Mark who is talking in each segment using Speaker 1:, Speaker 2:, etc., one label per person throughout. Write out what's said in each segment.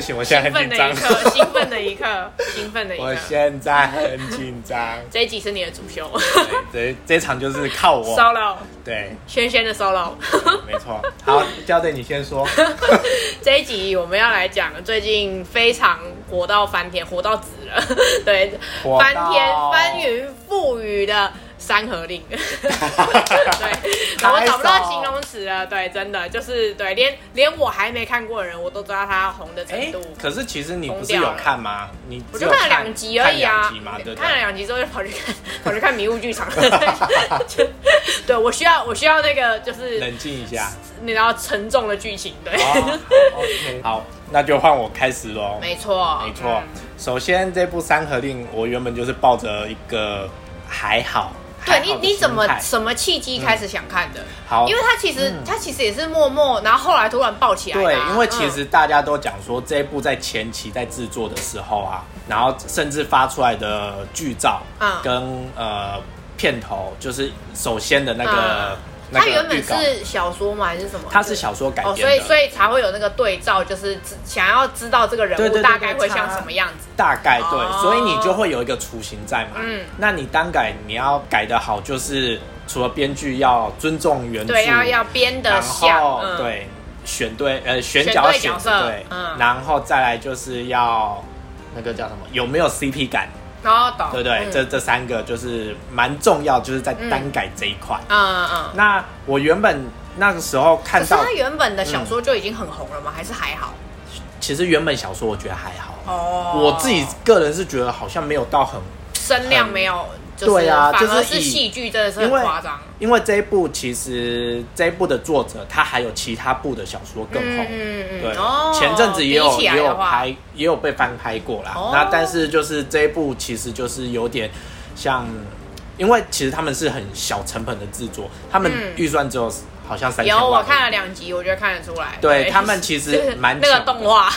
Speaker 1: 行，我现在很
Speaker 2: 奋
Speaker 1: 紧
Speaker 2: 的
Speaker 1: 张
Speaker 2: 一。刻，兴奋的一刻，兴奋的一
Speaker 1: 我
Speaker 2: 刻。。
Speaker 1: 现在很紧张
Speaker 2: 这一集是你的主修
Speaker 1: 对，这这场就是靠我。
Speaker 2: solo，
Speaker 1: 对，
Speaker 2: 轩轩的 solo。
Speaker 1: 没错。好，教队你 先说。
Speaker 2: 这一集我们要来讲最近非常火到翻天，火到紫了，对，
Speaker 1: 火到
Speaker 2: 翻天翻云覆雨的。山河令，对，然后我找不
Speaker 1: 拍
Speaker 2: 到
Speaker 1: 手
Speaker 2: 形容词了，对，真的就是对，连连我还没看过的人，我都知道他红的程
Speaker 1: 哎
Speaker 2: 度。，
Speaker 1: 可是其实你不是
Speaker 2: 疯掉
Speaker 1: 有
Speaker 2: 了
Speaker 1: 看吗？你
Speaker 2: 我
Speaker 1: 只
Speaker 2: 就
Speaker 1: 有
Speaker 2: 看了两集而已啊
Speaker 1: 看两集嘛，对，不
Speaker 2: 看了
Speaker 1: 对？
Speaker 2: 两集之后就跑去看，跑去看迷雾剧场。 对，我需要我需要那个就是
Speaker 1: 冷静 一下。
Speaker 2: 你知道沉重的剧情，对，
Speaker 1: 哦 OK，好，那就换我开始 喽。
Speaker 2: 没错，
Speaker 1: 没
Speaker 2: 嗯，
Speaker 1: 错首先这部《山河令》，我原本就是抱着一个还好，
Speaker 2: 对
Speaker 1: 还
Speaker 2: 你
Speaker 1: 好的
Speaker 2: 你怎么
Speaker 1: 心态嗯
Speaker 2: 什么契机开始想看的？
Speaker 1: 好？嗯
Speaker 2: 因为他其实、他其实也是默默，然后后来突然爆起来的
Speaker 1: 对
Speaker 2: 啊、，
Speaker 1: 因为其实大家都讲说这一部在前期在制作的时候啊，然后甚至发出来的剧照
Speaker 2: 嗯
Speaker 1: 跟呃片头，就是首先的那个
Speaker 2: 嗯
Speaker 1: 那
Speaker 2: 他
Speaker 1: 个
Speaker 2: 原
Speaker 1: 预
Speaker 2: 本
Speaker 1: 告，
Speaker 2: 是小说嘛还是什么？
Speaker 1: 它是小说改
Speaker 2: 哦，
Speaker 1: 编的，
Speaker 2: 所以所以才会有那个对照，就是知想要知道这个人
Speaker 1: 对
Speaker 2: 物
Speaker 1: 对对
Speaker 2: 大概会
Speaker 1: 对
Speaker 2: 像
Speaker 1: 差
Speaker 2: 什么样子。
Speaker 1: 大概对，
Speaker 2: 哦
Speaker 1: 所以你就会有一个雏形在嘛。
Speaker 2: 嗯
Speaker 1: 那你单改你要改的好，就是除了编剧要尊重原著，
Speaker 2: 对，要要编的
Speaker 1: 然
Speaker 2: 像，
Speaker 1: 后、
Speaker 2: 嗯，
Speaker 1: 对选对呃选
Speaker 2: 选
Speaker 1: 角
Speaker 2: 对
Speaker 1: 选
Speaker 2: 角色
Speaker 1: 对，
Speaker 2: 嗯
Speaker 1: 然后再来就是要那个叫什么有没有 CP 感，
Speaker 2: 然后懂，
Speaker 1: 对不对？
Speaker 2: 嗯
Speaker 1: 这这三个就是蛮重要，就是在单改这一块。
Speaker 2: 嗯嗯。
Speaker 1: 那我原本那个时候
Speaker 2: 可
Speaker 1: 看
Speaker 2: 是
Speaker 1: 到嗯
Speaker 2: 他，原本的小说就已经很红了吗？还是还好？
Speaker 1: 其实原本小说我觉得还好，
Speaker 2: 哦
Speaker 1: 我自己个人是觉得好像没有到很
Speaker 2: 声量
Speaker 1: 很
Speaker 2: 没有，就是
Speaker 1: 对啊
Speaker 2: 反而
Speaker 1: 就是
Speaker 2: 是
Speaker 1: 以
Speaker 2: 戏剧真的是很
Speaker 1: 因为
Speaker 2: 夸张。
Speaker 1: 因为这一部其实这一部的作者他还有其他部的小说更红，
Speaker 2: 嗯嗯嗯
Speaker 1: 对，
Speaker 2: 哦
Speaker 1: 前阵子也有
Speaker 2: 比起来
Speaker 1: 也
Speaker 2: 的
Speaker 1: 有
Speaker 2: 话
Speaker 1: 拍也有被翻拍过啦。
Speaker 2: 哦
Speaker 1: 那但是就是这一部其实就是有点像，因为其实他们是很小成本的制作，他们
Speaker 2: 嗯
Speaker 1: 预算只有好像三千
Speaker 2: 有，
Speaker 1: 万，
Speaker 2: 我看了两集，我觉得看得出来。
Speaker 1: 对 他们其实
Speaker 2: 就是
Speaker 1: 蛮
Speaker 2: 那个
Speaker 1: 强的
Speaker 2: 动画，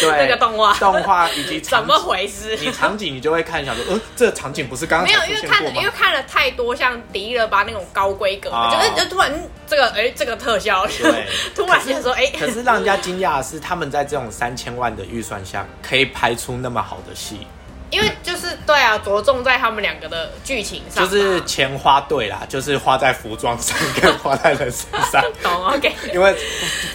Speaker 1: 对
Speaker 2: 那个动画
Speaker 1: 动画以及
Speaker 2: 怎
Speaker 1: 场
Speaker 2: 么
Speaker 1: 景，
Speaker 2: 回事？
Speaker 1: 你场景你就会看想说，呃，这场景不是刚刚
Speaker 2: 没有，
Speaker 1: 才
Speaker 2: 因为
Speaker 1: 出现
Speaker 2: 看了，
Speaker 1: 过
Speaker 2: 因为
Speaker 1: 吗？
Speaker 2: 看了太多像迪乐吧那种高规格，
Speaker 1: 哦
Speaker 2: 就是就突然嗯这个哎这个特效，
Speaker 1: 对
Speaker 2: 突然就说哎，
Speaker 1: 可是让人家惊讶的是，他们在这种三千万的预算下，可以拍出那么好的戏。
Speaker 2: 因为就是对啊，着重在他们两个的剧情上
Speaker 1: 就
Speaker 2: 嘛，
Speaker 1: 是钱花对啦，就是花在服装上跟花在人身 上，
Speaker 2: 懂 OK。
Speaker 1: 因为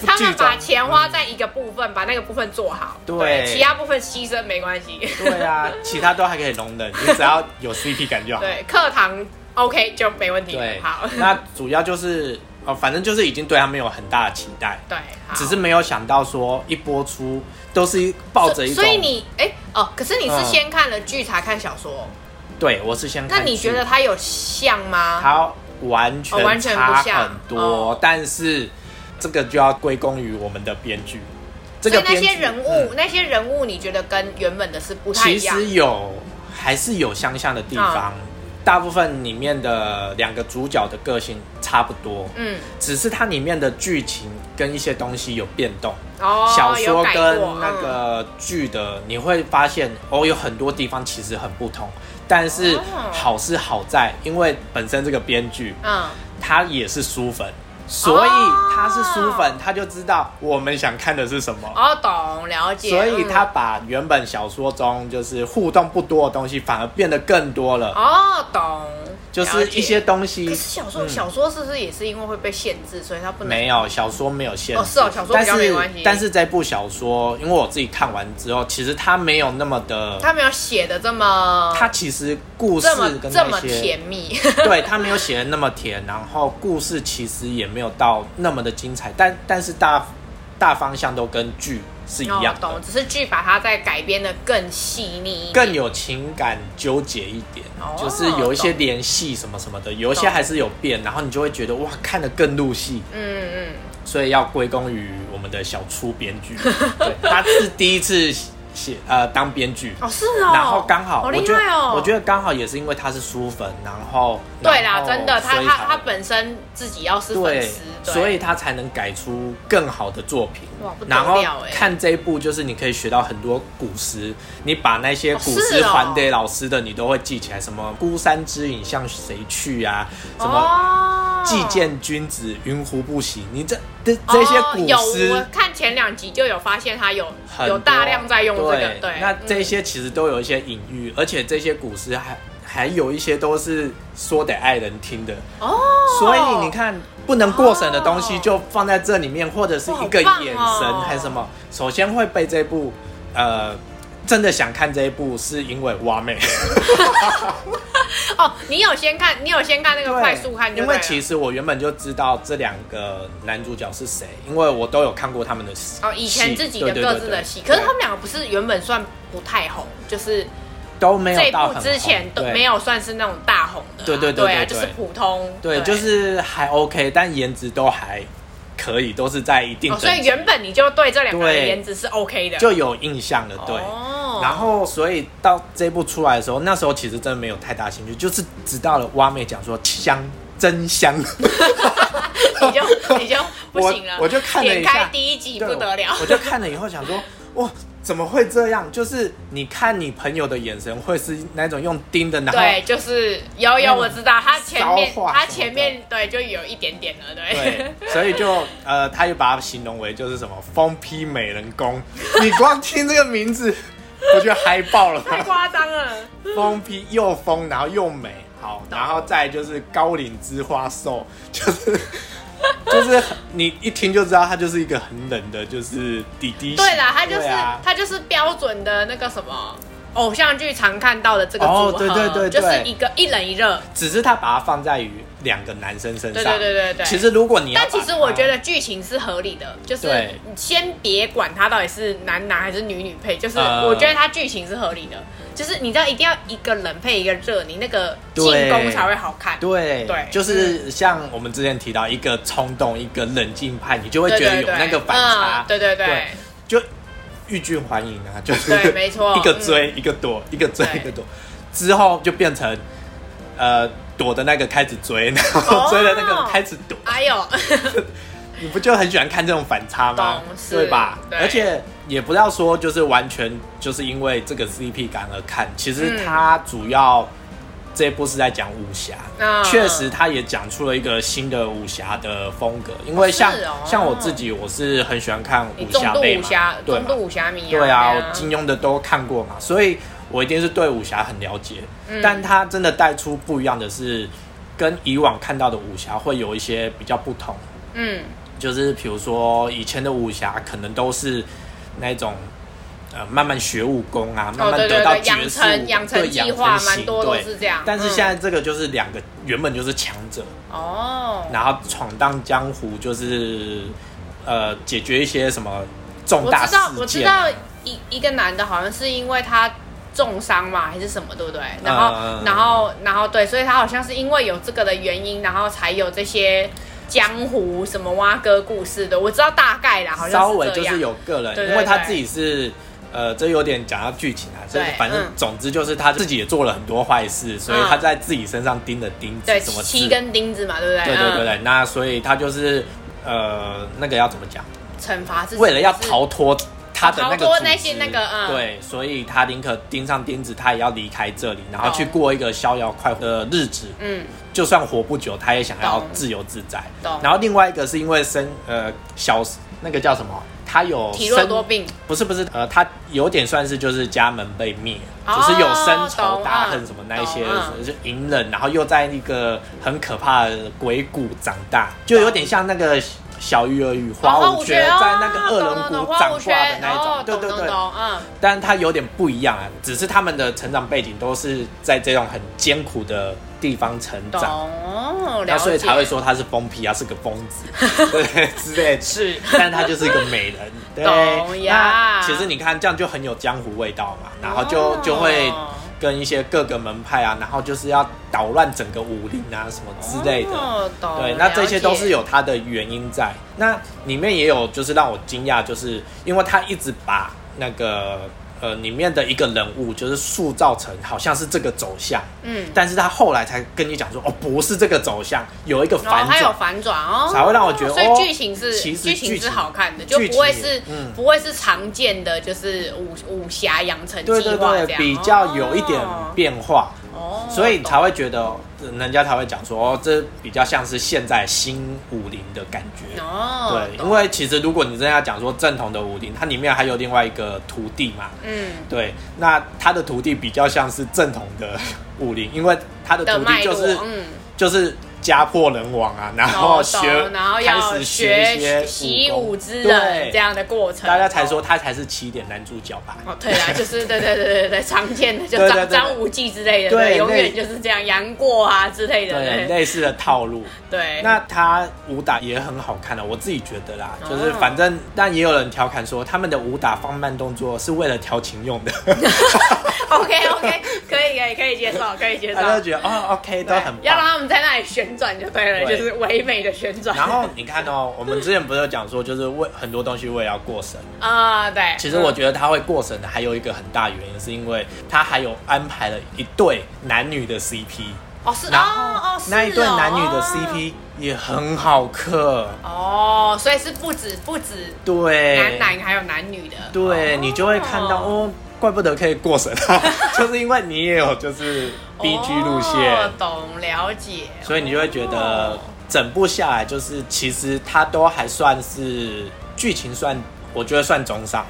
Speaker 2: 他
Speaker 1: 剧
Speaker 2: 们把
Speaker 1: 中
Speaker 2: 钱花在一个部分，把那个部分做好，
Speaker 1: 嗯对
Speaker 2: 其他部分牺牲没关系。
Speaker 1: 对啊，其他都还可以容忍，你只要有 CP 感就好。
Speaker 2: 对，课堂 OK 就没问题。
Speaker 1: 对，
Speaker 2: 好，
Speaker 1: 那主要就是呃，反正就是已经对他们有很大的期待，
Speaker 2: 对，好
Speaker 1: 只是没有想到说一播出都是抱着一种。
Speaker 2: 所以你哎、哦，可是你是
Speaker 1: 嗯
Speaker 2: 先看了剧才看小说，哦
Speaker 1: 对我是先看
Speaker 2: 那
Speaker 1: 剧，
Speaker 2: 你觉得它有像吗？
Speaker 1: 它完全
Speaker 2: 哦完全不
Speaker 1: 差
Speaker 2: 像
Speaker 1: 很多？
Speaker 2: 哦
Speaker 1: 但是这个就要归功于我们的编剧，这
Speaker 2: 所以
Speaker 1: 个
Speaker 2: 那
Speaker 1: 编
Speaker 2: 些
Speaker 1: 剧
Speaker 2: 人
Speaker 1: 嗯
Speaker 2: 物，那些人物，你觉得跟原本的是不太
Speaker 1: 其
Speaker 2: 一样？
Speaker 1: 实有还是有相像的地方，
Speaker 2: 啊
Speaker 1: 大部分里面的两个主角的个性差不多，
Speaker 2: 嗯，
Speaker 1: 只是它里面的剧情跟一些东西有变动。
Speaker 2: 哦，
Speaker 1: 小说
Speaker 2: 有改
Speaker 1: 跟
Speaker 2: 过
Speaker 1: 那个剧的，你会发现哦，有很多地方其实很不同。但是
Speaker 2: 哦
Speaker 1: 好是好在，因为本身这个编剧
Speaker 2: 嗯，哦
Speaker 1: 他也是书粉，所以他是书粉，他就知道我们想看的是什么
Speaker 2: 嗯。哦，懂了解，
Speaker 1: 所以
Speaker 2: 嗯
Speaker 1: 他把原本小说中就是互动不多的东西，反而变得更多了，
Speaker 2: 哦懂，
Speaker 1: 就是一些嗯
Speaker 2: 了解。
Speaker 1: 东
Speaker 2: 可
Speaker 1: 西
Speaker 2: 是小说、小说是不是也是因为会被限制，所以它不能
Speaker 1: 没有小说没有限制，
Speaker 2: 哦是哦小说比
Speaker 1: 但
Speaker 2: 较没
Speaker 1: 是
Speaker 2: 关系
Speaker 1: 但是这部小说，因为我自己看完之后，其实它没有那么的，
Speaker 2: 他没有写的这么
Speaker 1: 它其实故事
Speaker 2: 这么
Speaker 1: 跟
Speaker 2: 这
Speaker 1: 那
Speaker 2: 么
Speaker 1: 些，
Speaker 2: 甜蜜，
Speaker 1: 对，它没有写的那么甜，然后故事其实也没有到那么的精彩，但但是大大方向都跟剧是一样
Speaker 2: 哦
Speaker 1: 的
Speaker 2: 懂，，只是剧把它再改编的更细腻一点，
Speaker 1: 更有情感纠结一点，
Speaker 2: 哦
Speaker 1: 就是有一些联系什么什么的，有一些
Speaker 2: 懂
Speaker 1: 还是有变，然后你就会觉得哇，看得更入戏，
Speaker 2: 嗯嗯，
Speaker 1: 所以要归功于我们的小初编 剧，对，他是第一次写呃当编剧。
Speaker 2: 哦是哦，
Speaker 1: 然后刚好，
Speaker 2: 好
Speaker 1: 我
Speaker 2: 厉
Speaker 1: 觉得
Speaker 2: 害哦，
Speaker 1: 我觉得刚好也是因为他是书粉，然后
Speaker 2: 对啦，
Speaker 1: 然后
Speaker 2: 真的，他
Speaker 1: 所以
Speaker 2: 他
Speaker 1: 才
Speaker 2: 他本身自己要是粉
Speaker 1: 对
Speaker 2: 丝，，对
Speaker 1: 所以他才能改出更好的作品
Speaker 2: 哇不。得
Speaker 1: 然后
Speaker 2: 了欸
Speaker 1: 看这一部，就是你可以学到很多古诗，你把那些古
Speaker 2: 哦
Speaker 1: 诗
Speaker 2: 是哦
Speaker 1: 还给老师的，你都会记起来。什么“孤山之影向谁去”啊，什么。
Speaker 2: 哦
Speaker 1: 计见君子，云胡不喜。你这这这些古诗、
Speaker 2: 哦、有，我看前两集就有发现他有
Speaker 1: 很多
Speaker 2: 有大量在用这个，对，
Speaker 1: 那
Speaker 2: 嗯
Speaker 1: 这些其实都有一些隐喻，而且这些古诗还还有一些都是说给爱人听的，
Speaker 2: 哦，
Speaker 1: 所以你看不能过审的东西
Speaker 2: 哦
Speaker 1: 就放在这里面，或者是一个
Speaker 2: 哇好棒
Speaker 1: 眼
Speaker 2: 哦
Speaker 1: 神还是什么，首先会被这部呃。真的想看这一部，是因为蛙妹。
Speaker 2: 哦，你有先看，你有先看那个快速看就
Speaker 1: 因
Speaker 2: 对
Speaker 1: 为
Speaker 2: 了，
Speaker 1: 其实我原本就知道这两个男主角是谁，因为我都有看过他们的戏。
Speaker 2: 哦以前自己的
Speaker 1: 对
Speaker 2: 各自的戏，
Speaker 1: 对
Speaker 2: 可是
Speaker 1: 对
Speaker 2: 他们两个不是原本算不太红，就是
Speaker 1: 都没
Speaker 2: 这一
Speaker 1: 有到
Speaker 2: 部
Speaker 1: 很
Speaker 2: 之前
Speaker 1: 红
Speaker 2: 都
Speaker 1: 对
Speaker 2: 没有算是那种大红的啊，
Speaker 1: 对对对
Speaker 2: 对啊，
Speaker 1: 对对
Speaker 2: 就是普通，哦
Speaker 1: 对，就是还 OK，但颜值都还可以，都是在一定
Speaker 2: 哦，
Speaker 1: 等
Speaker 2: 所以
Speaker 1: 级，
Speaker 2: 原本你就对这两个人
Speaker 1: 对
Speaker 2: 颜值是 OK 的，
Speaker 1: 就有印象了。对，
Speaker 2: 哦
Speaker 1: 然后所以到这部出来的时候，那时候其实真的没有太大兴趣，就是直到了蛙妹讲说香真香，
Speaker 2: 你就你就不行了，
Speaker 1: 我我就看了一
Speaker 2: 点开
Speaker 1: 下
Speaker 2: 第一集
Speaker 1: 对
Speaker 2: 不得了
Speaker 1: 我，我就看了以后想说，哇，怎么会这样？就是你看你朋友的眼神会是那种用盯的，然 后
Speaker 2: 对，就是有有
Speaker 1: 那种
Speaker 2: 我知道，他前面
Speaker 1: 骚话
Speaker 2: 他
Speaker 1: 什么的
Speaker 2: 前面对就有一点点了，对。
Speaker 1: 对，所以就呃，他就把它形容为就是什么“疯批美人功”，你光听这个名字，我觉得嗨爆了 吧。
Speaker 2: 太夸张了，
Speaker 1: 疯批又疯，然后又美，好，然后再就是高岭之花瘦， 就是就是你一听就知道他就是一个很冷的，就是弟弟型。
Speaker 2: 对啦，他就是、
Speaker 1: 对啊
Speaker 2: 他就是标准的那个什么偶像剧常看到的这个组合，
Speaker 1: 哦对对对对
Speaker 2: 就是一个一冷一热。
Speaker 1: 只是他把它放在于两个男生身
Speaker 2: 对
Speaker 1: 上。
Speaker 2: 对对对对
Speaker 1: 其实如果你要把
Speaker 2: 但
Speaker 1: 它，
Speaker 2: 其实我觉得剧情是合理的，就是
Speaker 1: 对
Speaker 2: 你先别管他到底是男男还是女女配，就是
Speaker 1: 呃
Speaker 2: 我觉得他剧情是合理的，就是你知道一定要一个冷配一个热，你那个进
Speaker 1: 对
Speaker 2: 攻才会好看。
Speaker 1: 对
Speaker 2: 对嗯
Speaker 1: 就是像我们之前提到一个冲动，一个冷静派，你就会
Speaker 2: 对
Speaker 1: 觉
Speaker 2: 对
Speaker 1: 得
Speaker 2: 对，
Speaker 1: 有那个反差
Speaker 2: 嗯。对对对
Speaker 1: 对就欲拒还迎 啊，就是
Speaker 2: 对没错嗯
Speaker 1: 一个追、一个躲，一个追
Speaker 2: 对
Speaker 1: 一个躲，之后就变成呃躲的那个开始追，然
Speaker 2: 哦
Speaker 1: 后追的那个开始躲，
Speaker 2: 哎呦，
Speaker 1: 你不就很喜欢看这种反差吗
Speaker 2: 懂？是
Speaker 1: 对吧？
Speaker 2: 对
Speaker 1: 而且也不要说就是完全就是因为这个 CP 感而看，其实
Speaker 2: 嗯
Speaker 1: 它主要。这一部是在讲武侠
Speaker 2: 嗯，
Speaker 1: 确、实，他也讲出了一个新的武侠的风格。因为像、
Speaker 2: 是哦
Speaker 1: 像我自己，我是很喜欢看
Speaker 2: 你
Speaker 1: 武
Speaker 2: 重
Speaker 1: 侠
Speaker 2: 度
Speaker 1: 类
Speaker 2: 武
Speaker 1: 嘛
Speaker 2: 侠，
Speaker 1: 对
Speaker 2: 重
Speaker 1: 嘛
Speaker 2: 度武侠迷
Speaker 1: 对啊，我金庸的都看过嘛，所以我一定是对武侠很了解。
Speaker 2: 嗯
Speaker 1: 但他真的带出不一样的是，跟以往看到的武侠会有一些比较不同，
Speaker 2: 嗯，
Speaker 1: 就是比如说以前的武侠可能都是那种。呃，慢慢学武功啊，慢慢
Speaker 2: 哦对对
Speaker 1: 得到
Speaker 2: 对
Speaker 1: 绝
Speaker 2: 养
Speaker 1: 术，
Speaker 2: 成养成
Speaker 1: 对
Speaker 2: 计划
Speaker 1: 型
Speaker 2: 蛮多都
Speaker 1: 对
Speaker 2: 是这样
Speaker 1: 但是
Speaker 2: 嗯
Speaker 1: 现在这个就是两个原本就是强者，
Speaker 2: 哦，
Speaker 1: 然后闯荡江湖，就是呃解决一些什么重
Speaker 2: 我
Speaker 1: 大
Speaker 2: 知
Speaker 1: 事
Speaker 2: 道
Speaker 1: 件啊。，
Speaker 2: 我知道一一个男的好像是因为他重伤嘛，还是什么，对不对？然后，
Speaker 1: 嗯
Speaker 2: 然后，然后，对，所以他好像是因为有这个的原因，然后才有这些江湖什么蛙哥故事的。我知道大概啦，好像
Speaker 1: 稍微就
Speaker 2: 这样
Speaker 1: 是有个人，
Speaker 2: 对对
Speaker 1: 因为他
Speaker 2: 对
Speaker 1: 自己是呃，这有点讲到剧情啊，就是
Speaker 2: 对
Speaker 1: 反正
Speaker 2: 嗯
Speaker 1: 总之就是他自己也做了很多坏事，所以
Speaker 2: 嗯
Speaker 1: 他在自己身上钉了钉子
Speaker 2: 对
Speaker 1: 什么字
Speaker 2: 七根钉子嘛，对不对？
Speaker 1: 对对对
Speaker 2: 嗯
Speaker 1: 对，那所以他就是呃，那个要怎么讲？
Speaker 2: 惩罚自己
Speaker 1: 为了要逃脱他的那个
Speaker 2: 逃脱
Speaker 1: 组织
Speaker 2: 那些那个嗯
Speaker 1: 对，所以他宁可钉上钉子，他也要离开这里，然后去
Speaker 2: 懂
Speaker 1: 过一个逍遥快活的日子。
Speaker 2: 嗯，
Speaker 1: 就算活不久，他也想要
Speaker 2: 懂
Speaker 1: 自由自在
Speaker 2: 懂。
Speaker 1: 然后另外一个是因为生呃小那个叫什么，他有
Speaker 2: 体弱
Speaker 1: 生
Speaker 2: 多病，
Speaker 1: 不是不是，呃，他有点算是就是家门被灭，
Speaker 2: 哦
Speaker 1: 就是有深仇
Speaker 2: 懂
Speaker 1: 大
Speaker 2: 嗯
Speaker 1: 恨什么那一些
Speaker 2: 懂，嗯
Speaker 1: 就是隐忍，然后又在一个很可怕的鬼谷长大，就有点像那个小鱼儿与花
Speaker 2: 哦
Speaker 1: 无缺
Speaker 2: 哦
Speaker 1: 在那个恶
Speaker 2: 懂
Speaker 1: 人
Speaker 2: 哦懂懂
Speaker 1: 谷
Speaker 2: 花
Speaker 1: 长
Speaker 2: 无缺
Speaker 1: 大的那一
Speaker 2: 哦
Speaker 1: 种，对
Speaker 2: 懂
Speaker 1: 对
Speaker 2: 懂
Speaker 1: 对。
Speaker 2: 懂，嗯，
Speaker 1: 但他有点不一样啊，只是他们的成长背景都是在这种很艰苦的地方成
Speaker 2: 懂
Speaker 1: 长，
Speaker 2: 哦，了
Speaker 1: 那
Speaker 2: 解，
Speaker 1: 所以才会说他是疯批啊，是个疯子，对之类的。
Speaker 2: 是
Speaker 1: 但她就是一个美人，对
Speaker 2: 懂呀哦
Speaker 1: 那其实你看这样就很有江湖味道嘛，然后就就会跟一些各个门派啊，然后就是要捣乱整个武林啊什么之类的。
Speaker 2: 哦、懂
Speaker 1: 对，那这些都是
Speaker 2: 有
Speaker 1: 有它的原因在。那里面也有就是让我惊讶，就是因为他一直把那个呃里面的一个人物就是塑造成好像是这个走向，
Speaker 2: 嗯，
Speaker 1: 但是他后来才跟你讲说哦不是这个走向，有一个
Speaker 2: 然后
Speaker 1: 反
Speaker 2: 还有
Speaker 1: 转。
Speaker 2: 反转哦，
Speaker 1: 才会让我觉得
Speaker 2: 所
Speaker 1: 哦
Speaker 2: 以剧情是
Speaker 1: 其实
Speaker 2: 剧情
Speaker 1: 剧
Speaker 2: 是
Speaker 1: 情
Speaker 2: 好看的，就
Speaker 1: 剧情
Speaker 2: 不会
Speaker 1: 也
Speaker 2: 是
Speaker 1: 嗯
Speaker 2: 不会是常见的，就是武武侠养成计
Speaker 1: 对对
Speaker 2: 划这
Speaker 1: 对，
Speaker 2: 样，
Speaker 1: 比较有一点
Speaker 2: 哦
Speaker 1: 变化。
Speaker 2: 哦，
Speaker 1: 所以你才
Speaker 2: 懂
Speaker 1: 会觉得人家才会讲说，哦，这比较像是现在新武林的感觉。
Speaker 2: 哦，
Speaker 1: 对，
Speaker 2: 懂
Speaker 1: 因为其实如果你真的要讲说正统的武林，它里面还有另外一个徒弟嘛，
Speaker 2: 嗯，
Speaker 1: 对，那他的徒弟比较像是正统的武林，因为他的
Speaker 2: 的
Speaker 1: 徒弟
Speaker 2: 脉
Speaker 1: 就
Speaker 2: 络，
Speaker 1: 是
Speaker 2: 嗯，
Speaker 1: 就是家破人亡啊，然后
Speaker 2: 懂
Speaker 1: 学
Speaker 2: 懂，然后
Speaker 1: 开
Speaker 2: 要
Speaker 1: 始学一些
Speaker 2: 习
Speaker 1: 武功
Speaker 2: 武之
Speaker 1: 对
Speaker 2: 人这样的过程，
Speaker 1: 大家才说他才是起点男主角吧。
Speaker 2: 哦，对啦， 就是对对对对对，常见的就
Speaker 1: 对对
Speaker 2: 张
Speaker 1: 对
Speaker 2: 张无忌之类的，
Speaker 1: 对
Speaker 2: 对，永远
Speaker 1: 那
Speaker 2: 就是这样，杨过啊之类的，
Speaker 1: 对，
Speaker 2: 对哎
Speaker 1: 类似的 套路。
Speaker 2: 对，
Speaker 1: 那他武打也很好看的，我自己觉得啦，
Speaker 2: 哦
Speaker 1: 就是反正，但也有人调侃说，他们的武打放慢动作是为了调情用的，
Speaker 2: OK OK，可以可以可以接受，可以接受
Speaker 1: 他，就觉得哦，OK，都
Speaker 2: 对
Speaker 1: 很
Speaker 2: 要让
Speaker 1: 棒。
Speaker 2: 他们在那里旋转就对了，
Speaker 1: 对
Speaker 2: 就是唯美的旋转，
Speaker 1: 然后你看哦，我们之前不是有讲说，就是为很多东西为了要过审，
Speaker 2: 啊，对，
Speaker 1: 其实我觉得他会过审的还有一个很大原因，是因为他还有安排了一对男女的 CP，
Speaker 2: 哦是哦
Speaker 1: 然后
Speaker 2: 哦是
Speaker 1: 那一对
Speaker 2: 哦
Speaker 1: 男女的
Speaker 2: 哦
Speaker 1: CP 也很好磕，
Speaker 2: 哦，所以是不止不止
Speaker 1: 对，
Speaker 2: 男男还有男女的，
Speaker 1: 对
Speaker 2: 哦
Speaker 1: 你就会看到哦，怪不得可以过审，啊 就是因为你也有就是 B G 路线，
Speaker 2: 哦懂了解，
Speaker 1: 所以你就会觉得
Speaker 2: 哦
Speaker 1: 整部下来就是其实它都还算是剧情算，我觉得算中上，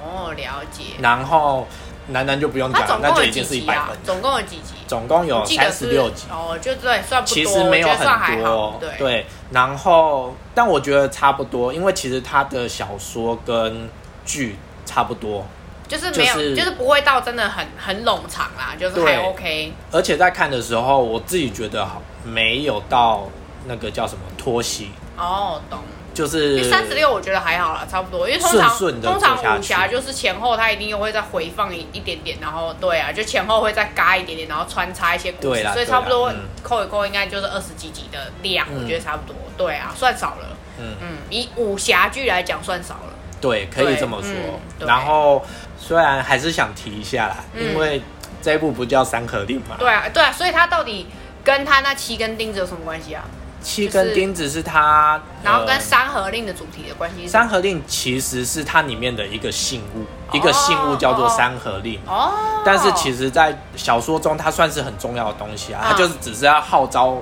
Speaker 2: 哦了解，
Speaker 1: 然后男男就不用讲
Speaker 2: 它
Speaker 1: 了
Speaker 2: 总，
Speaker 1: 那
Speaker 2: 共
Speaker 1: 就
Speaker 2: 有
Speaker 1: 已
Speaker 2: 几
Speaker 1: 经是一
Speaker 2: 集
Speaker 1: 百
Speaker 2: 啊
Speaker 1: 分？，
Speaker 2: 总共有几集？
Speaker 1: 总共有
Speaker 2: 记得
Speaker 1: 三
Speaker 2: 是
Speaker 1: 十六集。
Speaker 2: 哦，就对，算不多，
Speaker 1: 其实没有
Speaker 2: 我觉得算还
Speaker 1: 很
Speaker 2: 好
Speaker 1: 多，
Speaker 2: 对，
Speaker 1: 然后但我觉得差不多，因为其实他的小说跟剧差不多，
Speaker 2: 就是没有，
Speaker 1: 就是
Speaker 2: 就是不会到真的很很冗长啦，就是还
Speaker 1: 对
Speaker 2: OK，
Speaker 1: 而且在看的时候，我自己觉得好没有到那个叫什么拖戏，
Speaker 2: 哦，懂。
Speaker 1: 就
Speaker 2: 因
Speaker 1: 是
Speaker 2: 为三十六我觉得还好啦，差不多，因为通常
Speaker 1: 顺顺地
Speaker 2: 通常
Speaker 1: 做下
Speaker 2: 武
Speaker 1: 去
Speaker 2: 侠就是前后它一定又会再回放一一点点，然后对啊，就前后会再嘎一点点，然后穿插一些故
Speaker 1: 对
Speaker 2: 事，
Speaker 1: 啦
Speaker 2: 所以
Speaker 1: 对
Speaker 2: 差不多
Speaker 1: 啦嗯
Speaker 2: 扣一扣应该就是二十几集的量，
Speaker 1: 嗯
Speaker 2: 我觉得差不多，对啊，算少了，嗯
Speaker 1: 嗯
Speaker 2: 以武侠剧来讲算少了，
Speaker 1: 对，可以这么说
Speaker 2: 对嗯。对
Speaker 1: 然后虽然还是想提一下啦，因为这一部不叫《三合令》嘛，
Speaker 2: 嗯对啊，对啊，所以它到底跟它那七根钉子有什么关系啊？
Speaker 1: 七
Speaker 2: 就
Speaker 1: 根
Speaker 2: 是
Speaker 1: 钉子是它，
Speaker 2: 然后跟
Speaker 1: 呃
Speaker 2: 《山河令》的主题的关系是什么
Speaker 1: 三合令其实是它里面的一个信物，一个信物叫做三合令。
Speaker 2: 哦，
Speaker 1: 但是其实，在小说中，它算是很重要的东西啊，它
Speaker 2: 嗯
Speaker 1: 就是只是要号召，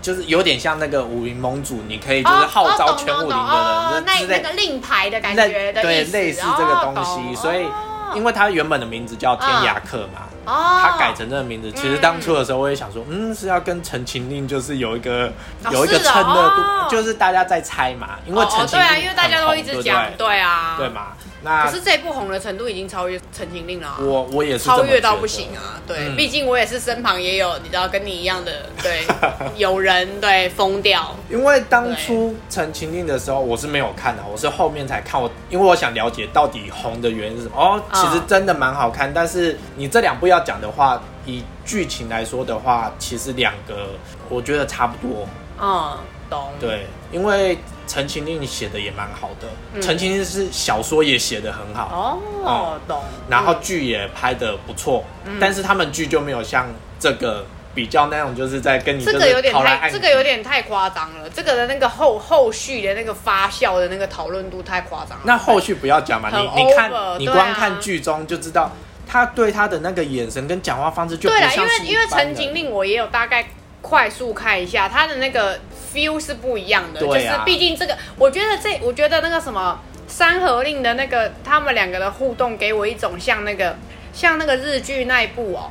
Speaker 1: 就是有点像那个武林盟主，你可以就是
Speaker 2: 哦
Speaker 1: 号召
Speaker 2: 哦懂
Speaker 1: 全武林
Speaker 2: 懂懂哦
Speaker 1: 的人
Speaker 2: 那
Speaker 1: 之类
Speaker 2: 那个令牌的感
Speaker 1: 那
Speaker 2: 觉的
Speaker 1: 对
Speaker 2: 意思
Speaker 1: 类似这个东
Speaker 2: 哦
Speaker 1: 西，
Speaker 2: 懂
Speaker 1: 所以
Speaker 2: 哦
Speaker 1: 因为它原本的名字叫天涯客嘛，
Speaker 2: 哦，
Speaker 1: 它改成这个名字，
Speaker 2: 嗯
Speaker 1: 其实当初的时候我也想说，嗯，是要跟陈情令就是有一个
Speaker 2: 哦
Speaker 1: 有一个
Speaker 2: 是哦
Speaker 1: 蹭热度，就是大家在猜嘛，因为
Speaker 2: 哦
Speaker 1: 陈
Speaker 2: 哦
Speaker 1: 情
Speaker 2: 对啊，因
Speaker 1: 令
Speaker 2: 为大家
Speaker 1: 很
Speaker 2: 都
Speaker 1: 红
Speaker 2: 一直
Speaker 1: 对不
Speaker 2: 讲，
Speaker 1: 对
Speaker 2: 对啊，
Speaker 1: 对。嘛，那
Speaker 2: 可是这一部红的程度已经超越《陈情令》了啊，
Speaker 1: 我我也是
Speaker 2: 超
Speaker 1: 这么
Speaker 2: 越到
Speaker 1: 觉
Speaker 2: 不
Speaker 1: 得
Speaker 2: 行啊！对，
Speaker 1: 嗯
Speaker 2: 毕竟我也是身旁也有你知道跟你一样的，对， 有人对疯掉，
Speaker 1: 因为当初《陈情令》的时候，我是没有看的，我是后面才看。我因为我想了解到底红的原因是什么。哦，
Speaker 2: 嗯
Speaker 1: 其实真的蛮好看，但是你这两部要讲的话，以剧情来说的话，其实两个我觉得差不多。
Speaker 2: 嗯，懂，
Speaker 1: 对，因为《陈情令》写的也蛮好的，
Speaker 2: 嗯
Speaker 1: 陈情令》是小说也写的很好，
Speaker 2: 哦，懂，
Speaker 1: 嗯然后剧也拍的不错，
Speaker 2: 嗯
Speaker 1: 但是他们剧就没有像这个比较那种，就是在跟你
Speaker 2: 嗯这
Speaker 1: 就
Speaker 2: 个
Speaker 1: 是
Speaker 2: 有点
Speaker 1: 讨来
Speaker 2: 太，
Speaker 1: 暗
Speaker 2: 这
Speaker 1: 去
Speaker 2: 个有点太夸张了。这个的那个后后续的那个发酵的那个讨论度太夸张了。
Speaker 1: 那后续不要讲嘛，
Speaker 2: 很
Speaker 1: 你你看
Speaker 2: over，，
Speaker 1: 你
Speaker 2: 对啊
Speaker 1: 光看剧中就知道，他对他的那个眼神跟讲话方式就不
Speaker 2: 对啦，因
Speaker 1: 像
Speaker 2: 为
Speaker 1: 是
Speaker 2: 因为
Speaker 1: 一般
Speaker 2: 陈
Speaker 1: 人
Speaker 2: 情令我也有大概快速看一下，它的那个 feel 是不一样的，
Speaker 1: 对啊
Speaker 2: 就是毕竟这个，我觉得这，我觉得那个什么三合令的那个他们两个的互动，给我一种像那个像那个日剧那一部哦。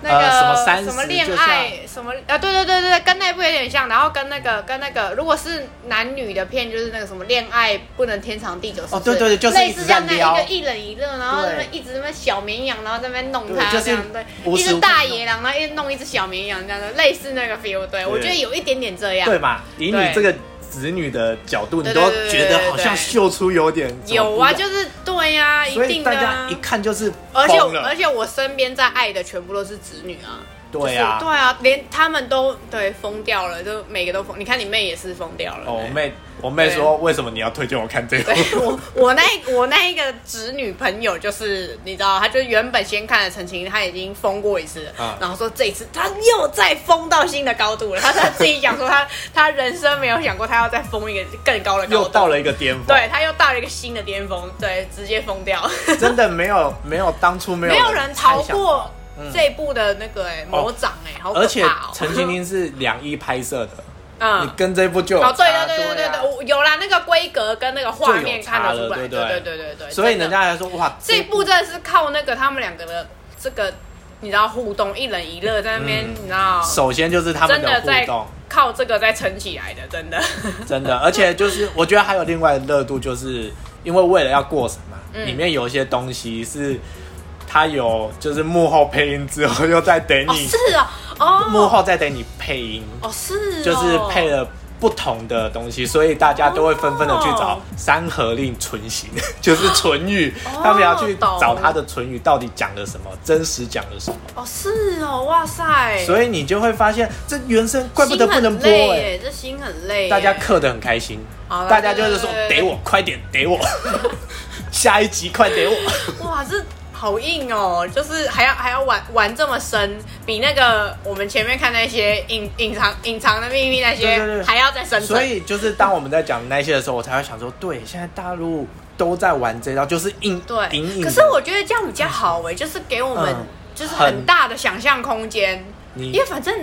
Speaker 2: 那个、
Speaker 1: 呃什么三十
Speaker 2: 什么恋爱什么啊？对对对对对，跟那部有点像，然后跟那个跟那个，如果是男女的片，就是那个什么恋爱不能天长地久，是不
Speaker 1: 哦对对对就是
Speaker 2: 类
Speaker 1: 一
Speaker 2: 似
Speaker 1: 直
Speaker 2: 像
Speaker 1: 在
Speaker 2: 那
Speaker 1: 撩
Speaker 2: 一个一冷一热，然后
Speaker 1: 对
Speaker 2: 那么一直那么小绵羊，然后在那边弄
Speaker 1: 对
Speaker 2: 它，
Speaker 1: 就是
Speaker 2: 这样对，
Speaker 1: 无
Speaker 2: 一
Speaker 1: 时
Speaker 2: 只
Speaker 1: 无刻
Speaker 2: 大
Speaker 1: 弄
Speaker 2: 野狼，然后一直弄一只小绵羊这样的，类似那个 feel 对。我觉得有一点点这样
Speaker 1: 对。嘛？以你
Speaker 2: 啊对
Speaker 1: 这个子女的角度，
Speaker 2: 对
Speaker 1: 你
Speaker 2: 对
Speaker 1: 都
Speaker 2: 对对
Speaker 1: 觉
Speaker 2: 对
Speaker 1: 得好像
Speaker 2: 对
Speaker 1: 秀出有点
Speaker 2: 有啊，
Speaker 1: 什么
Speaker 2: 就是对呀、
Speaker 1: 不一样
Speaker 2: 一
Speaker 1: 所以
Speaker 2: 定的、
Speaker 1: 大
Speaker 2: 啊
Speaker 1: 家一。看就是
Speaker 2: 而且
Speaker 1: 疯
Speaker 2: 我
Speaker 1: 了
Speaker 2: 而，且我身边在爱的全部都是子女啊，
Speaker 1: 对
Speaker 2: 就
Speaker 1: 啊
Speaker 2: 是，对啊，连他们都对疯掉了，就每个都疯。你看你妹也是疯掉了。
Speaker 1: 哦我
Speaker 2: 对
Speaker 1: 妹我妹
Speaker 2: 对
Speaker 1: 说为什么你要推荐我看这个？
Speaker 2: 对 我我那我那一个侄女朋友，就是你知道，她就原本先看了陈情令，她已经疯过一次了，
Speaker 1: 啊
Speaker 2: 然后说这一次她又再疯到新的高度了。她她自己讲说她，她人生没有想过她要再疯一个更高的高度，
Speaker 1: 又到了一个巅峰，
Speaker 2: 对，她又到了一个新的巅峰，对，直接疯掉，
Speaker 1: 真的没有没有当初没有
Speaker 2: 没有人逃
Speaker 1: 猜想嗯哦
Speaker 2: 过。这一部的那个哎、魔掌哎、好可
Speaker 1: 而且
Speaker 2: 怕哦、
Speaker 1: 陈情令是两亿拍摄的，你
Speaker 2: 嗯。
Speaker 1: 跟这部就有
Speaker 2: 哦，对
Speaker 1: 差
Speaker 2: 对对对对对，我有啦，那个规格跟那个画面看得出来，
Speaker 1: 就有差
Speaker 2: 对
Speaker 1: 了对不对
Speaker 2: 对对对。
Speaker 1: 所以人
Speaker 2: 真的
Speaker 1: 家还说哇，
Speaker 2: 这一部真的是靠那个他们两个的这个，你知道互动，一人一乐在那
Speaker 1: 嗯
Speaker 2: 边，你知道，
Speaker 1: 首先就是他们
Speaker 2: 真的
Speaker 1: 的
Speaker 2: 在
Speaker 1: 互动，
Speaker 2: 靠这个在撑起来的，真的。
Speaker 1: 真 的，而且就是我觉得还有另外的热度，就是因为为了要过审嘛，
Speaker 2: 嗯
Speaker 1: 里面有一些东西是它有就是幕后配音之后又在等
Speaker 2: 哦，
Speaker 1: 你，
Speaker 2: 是哦，
Speaker 1: 嗯幕
Speaker 2: 哦，
Speaker 1: 后在等你配音，
Speaker 2: 哦是哦，
Speaker 1: 就是配了。不同的东西，所以大家都会纷纷的去找
Speaker 2: 哦
Speaker 1: 《山河令》唇形， 就是唇语，他们要去找他的唇语到底讲了什么，真实讲了什么，
Speaker 2: 哦是哦，哇塞，
Speaker 1: 所以你就会发现这原声怪不得
Speaker 2: 心
Speaker 1: 不
Speaker 2: 很
Speaker 1: 能播
Speaker 2: 累
Speaker 1: 哎、
Speaker 2: 耶，这心很累耶，
Speaker 1: 大家刻得很开心，
Speaker 2: 好啦
Speaker 1: 大家就是
Speaker 2: 对
Speaker 1: 说
Speaker 2: 对对
Speaker 1: 逮我，快点逮我， 下一集快逮我，
Speaker 2: 哇，这好硬哦，就是还要还要玩玩这么深，比那个我们前面看那些隐隐藏隐藏的秘密那
Speaker 1: 对
Speaker 2: 些
Speaker 1: 对对
Speaker 2: 还要再深
Speaker 1: 所
Speaker 2: 沉。
Speaker 1: 以就是当我们在讲那些的时候，我才会想说，对，现在大陆都在玩这招，就是硬隐
Speaker 2: 对，
Speaker 1: 隐。
Speaker 2: 可是我觉得这样比较好哎，就是给我们
Speaker 1: 嗯
Speaker 2: 就是
Speaker 1: 很
Speaker 2: 很大的想象空间，
Speaker 1: 你
Speaker 2: 因为反正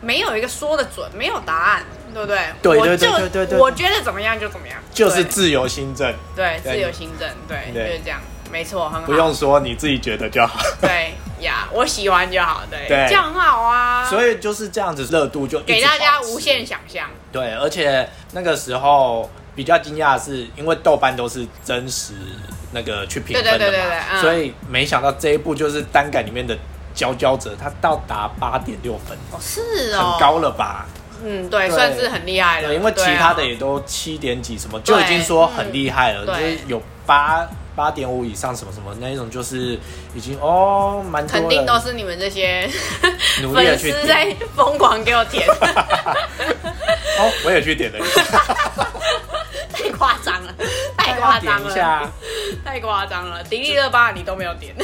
Speaker 2: 没有一个说的准，没有答案，对不对？
Speaker 1: 对
Speaker 2: 我
Speaker 1: 对对
Speaker 2: 就
Speaker 1: 对对对
Speaker 2: 我觉得怎么样就怎么样，
Speaker 1: 就是
Speaker 2: 对
Speaker 1: 自由新政，
Speaker 2: 对
Speaker 1: 对
Speaker 2: 自由行政，对，
Speaker 1: 对
Speaker 2: 就是这样，没错，很好。
Speaker 1: 不用说，你自己觉得就好。
Speaker 2: 对呀，我喜欢就好，对，
Speaker 1: 对
Speaker 2: 这样很好啊，
Speaker 1: 所以就是这样子，热度就一直
Speaker 2: 给大家
Speaker 1: 保持
Speaker 2: 无限想象。
Speaker 1: 对，而且那个时候比较惊讶的是，因为豆瓣都是真实那个去评分的嘛，
Speaker 2: 对对对对对嗯
Speaker 1: 所以没想到这一部就是单改里面的佼佼者，他到达八点六分，
Speaker 2: 哦，是哦，
Speaker 1: 很高了吧？
Speaker 2: 嗯，对，
Speaker 1: 对
Speaker 2: 算是很厉害了。
Speaker 1: 对，因为其
Speaker 2: 对啊
Speaker 1: 他的也都七点几什么，就已经说很厉害了，
Speaker 2: 嗯
Speaker 1: 就是
Speaker 2: 对
Speaker 1: 有八八点五以上什么什么那一种，就是已经哦蛮多
Speaker 2: 肯
Speaker 1: 人
Speaker 2: 定都是你们这些
Speaker 1: 努力的
Speaker 2: 粉
Speaker 1: 去
Speaker 2: 丝
Speaker 1: 点
Speaker 2: 在疯狂给我填，
Speaker 1: 哦，我也去点了一下，
Speaker 2: 太夸张了，太夸张
Speaker 1: 点一下
Speaker 2: 了，，太夸张了。迪丽热巴你都没有点，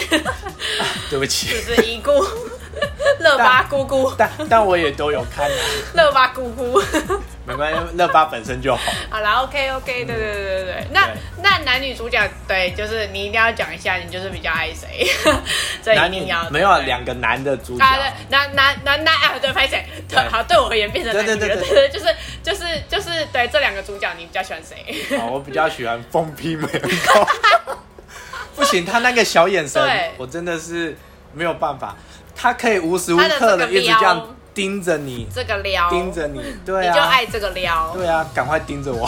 Speaker 1: 对不 起，
Speaker 2: 就是一顾热巴姑 姑，
Speaker 1: 但但我也都有看、啊。
Speaker 2: 热巴姑姑。
Speaker 1: 没关系，热巴本身就好。
Speaker 2: 好啦 o k OK，对对对对嗯对。那
Speaker 1: 对
Speaker 2: 那男女主角，对，就是你一定要讲一下，你就是比较爱谁， 这一
Speaker 1: 男
Speaker 2: 定
Speaker 1: 女
Speaker 2: 要
Speaker 1: 没有啊
Speaker 2: 对
Speaker 1: 两个男的主角，
Speaker 2: 啊，对，男男男男啊，对，拍谁？对，
Speaker 1: 对
Speaker 2: 好，对我而言变成男女
Speaker 1: 对
Speaker 2: 了，
Speaker 1: 对
Speaker 2: 对对，
Speaker 1: 对
Speaker 2: 就是就是就是对这两个主角，你比较喜欢谁？
Speaker 1: 哦我比较喜欢疯批美人狗。 不行，他那个小眼神
Speaker 2: 对，
Speaker 1: 我真的是没有办法。他可以无时无
Speaker 2: 他的
Speaker 1: 刻
Speaker 2: 这
Speaker 1: 的
Speaker 2: 个
Speaker 1: 一直
Speaker 2: 撩
Speaker 1: 这样盯着你，
Speaker 2: 这个撩，
Speaker 1: 盯着你，对
Speaker 2: 哦你就
Speaker 1: 啊，
Speaker 2: 爱这个撩，
Speaker 1: 对啊，赶快盯着我。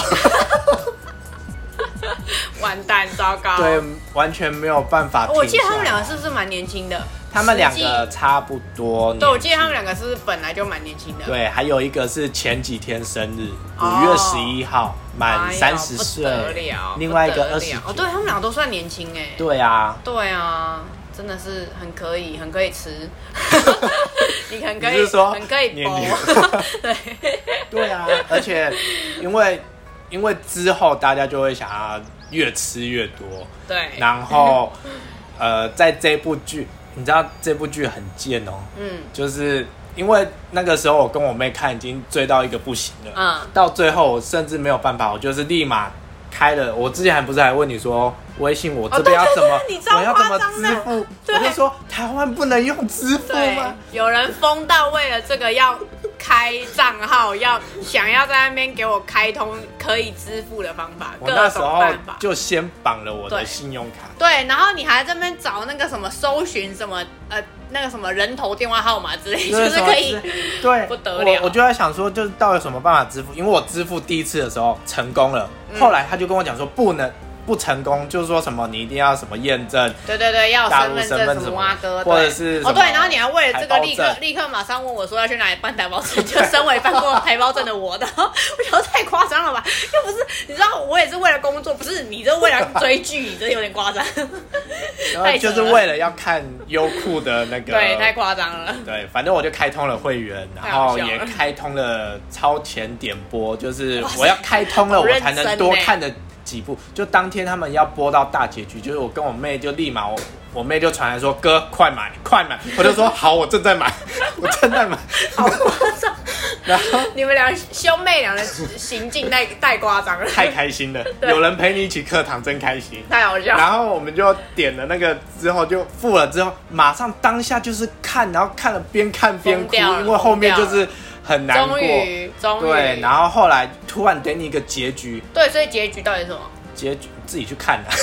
Speaker 2: 完蛋，糟糕。
Speaker 1: 对，完全没有办法停下来。
Speaker 2: 哦我记得他们两个是不是蛮年轻的？
Speaker 1: 他们两
Speaker 2: 实
Speaker 1: 个
Speaker 2: 际，
Speaker 1: 差不多年纪。
Speaker 2: 对，我记得他们两个是不是本来就蛮年轻的？
Speaker 1: 对，还有一个是前几天生日，
Speaker 2: 哦
Speaker 1: 五月十一号满
Speaker 2: 哎呀，
Speaker 1: 三十岁
Speaker 2: 不得了，，
Speaker 1: 另外一
Speaker 2: 不
Speaker 1: 个
Speaker 2: 得
Speaker 1: 二十
Speaker 2: 了哦，对他们两个都算年轻哎，
Speaker 1: 对啊，
Speaker 2: 对啊。真的是很可以，很可以 吃，你很可以，
Speaker 1: 你是说
Speaker 2: 很可以
Speaker 1: 年
Speaker 2: 包
Speaker 1: 龄，
Speaker 2: 对，
Speaker 1: 对啊，而且因为因为之后大家就会想要越吃越多，
Speaker 2: 对，
Speaker 1: 然后呃，在这部剧，你知道这部剧很贱哦，
Speaker 2: 嗯，
Speaker 1: 就是因为那个时候我跟我妹看已经追到一个不行了，
Speaker 2: 嗯
Speaker 1: 到最后我甚至没有办法，我就是立马。开了，我之前还不是还问你说微信我这边要
Speaker 2: 哦对
Speaker 1: 怎么，
Speaker 2: 对对你超
Speaker 1: 我要怎
Speaker 2: 夸
Speaker 1: 么
Speaker 2: 张的
Speaker 1: 支付？
Speaker 2: 对
Speaker 1: 我就说台湾不能用支付
Speaker 2: 对
Speaker 1: 吗？，
Speaker 2: 有人疯到为了这个要开账号，要想要在那边给我开通可以支付的方法，
Speaker 1: 我
Speaker 2: 各
Speaker 1: 那时
Speaker 2: 种
Speaker 1: 候
Speaker 2: 办法。
Speaker 1: 就先绑了我的
Speaker 2: 对
Speaker 1: 信用卡，
Speaker 2: 对，然后你还在那边找那个什么搜寻什么呃那个什么人头电话号码之类，就是
Speaker 1: 什么
Speaker 2: 可以
Speaker 1: 支 对，
Speaker 2: 不得了
Speaker 1: 我我就在想说，就是到底有什么办法支付？因为我支付第一次的时候成功了，
Speaker 2: 嗯
Speaker 1: 后来他就跟我讲说不能不成功，就是说什么你一定要什么验证，
Speaker 2: 对对对，要有
Speaker 1: 大
Speaker 2: 身
Speaker 1: 陆
Speaker 2: 份证
Speaker 1: 身份
Speaker 2: 什么
Speaker 1: 什么
Speaker 2: 蛙哥，
Speaker 1: 或者
Speaker 2: 对
Speaker 1: 是
Speaker 2: 哦
Speaker 1: 什么
Speaker 2: 对，然后你还为了这个
Speaker 1: 台胞
Speaker 2: 立刻
Speaker 1: 证
Speaker 2: 立刻马上问我说要去哪里办台胞证，就 身为办过台胞证的我的，然后我想说太夸张了吧？又不是你知道我也是为了工作，不是你这为了追剧，你这有点夸张，
Speaker 1: 然后
Speaker 2: 太扯
Speaker 1: 就
Speaker 2: 了
Speaker 1: 是为了要看优酷的那个。
Speaker 2: 对，太夸张 了。
Speaker 1: 对，反正我就开通了会员，
Speaker 2: 太
Speaker 1: 然
Speaker 2: 好
Speaker 1: 后
Speaker 2: 笑了
Speaker 1: 也开通了超前点播，就是
Speaker 2: 哇塞
Speaker 1: 我要开通了，
Speaker 2: 好
Speaker 1: 我
Speaker 2: 认
Speaker 1: 才
Speaker 2: 真
Speaker 1: 能多
Speaker 2: 欸
Speaker 1: 看的几部。就当天他们要播到大结局，就是我跟我妹就立马我。我妹就传来 说：“哥，快买，快买！”我就说：“好，我正在买，我正在买。
Speaker 2: 好夸张，
Speaker 1: 然后
Speaker 2: 你们俩兄妹俩的行径太太夸张了，
Speaker 1: 太开心了，
Speaker 2: 对
Speaker 1: 有人陪你一起课堂真开心。
Speaker 2: 太好笑了。
Speaker 1: 然后我们就点了那个之后就付了之后，马上当下就是看，然后看了边看边
Speaker 2: 疯
Speaker 1: 哭，
Speaker 2: 掉了
Speaker 1: 因为后面
Speaker 2: 疯
Speaker 1: 就
Speaker 2: 掉了
Speaker 1: 是很难过
Speaker 2: 终。于，终于，
Speaker 1: 对，然后后来突然给你一个结局，
Speaker 2: 对，所以结局到底是什么？
Speaker 1: 结局自己去看啦。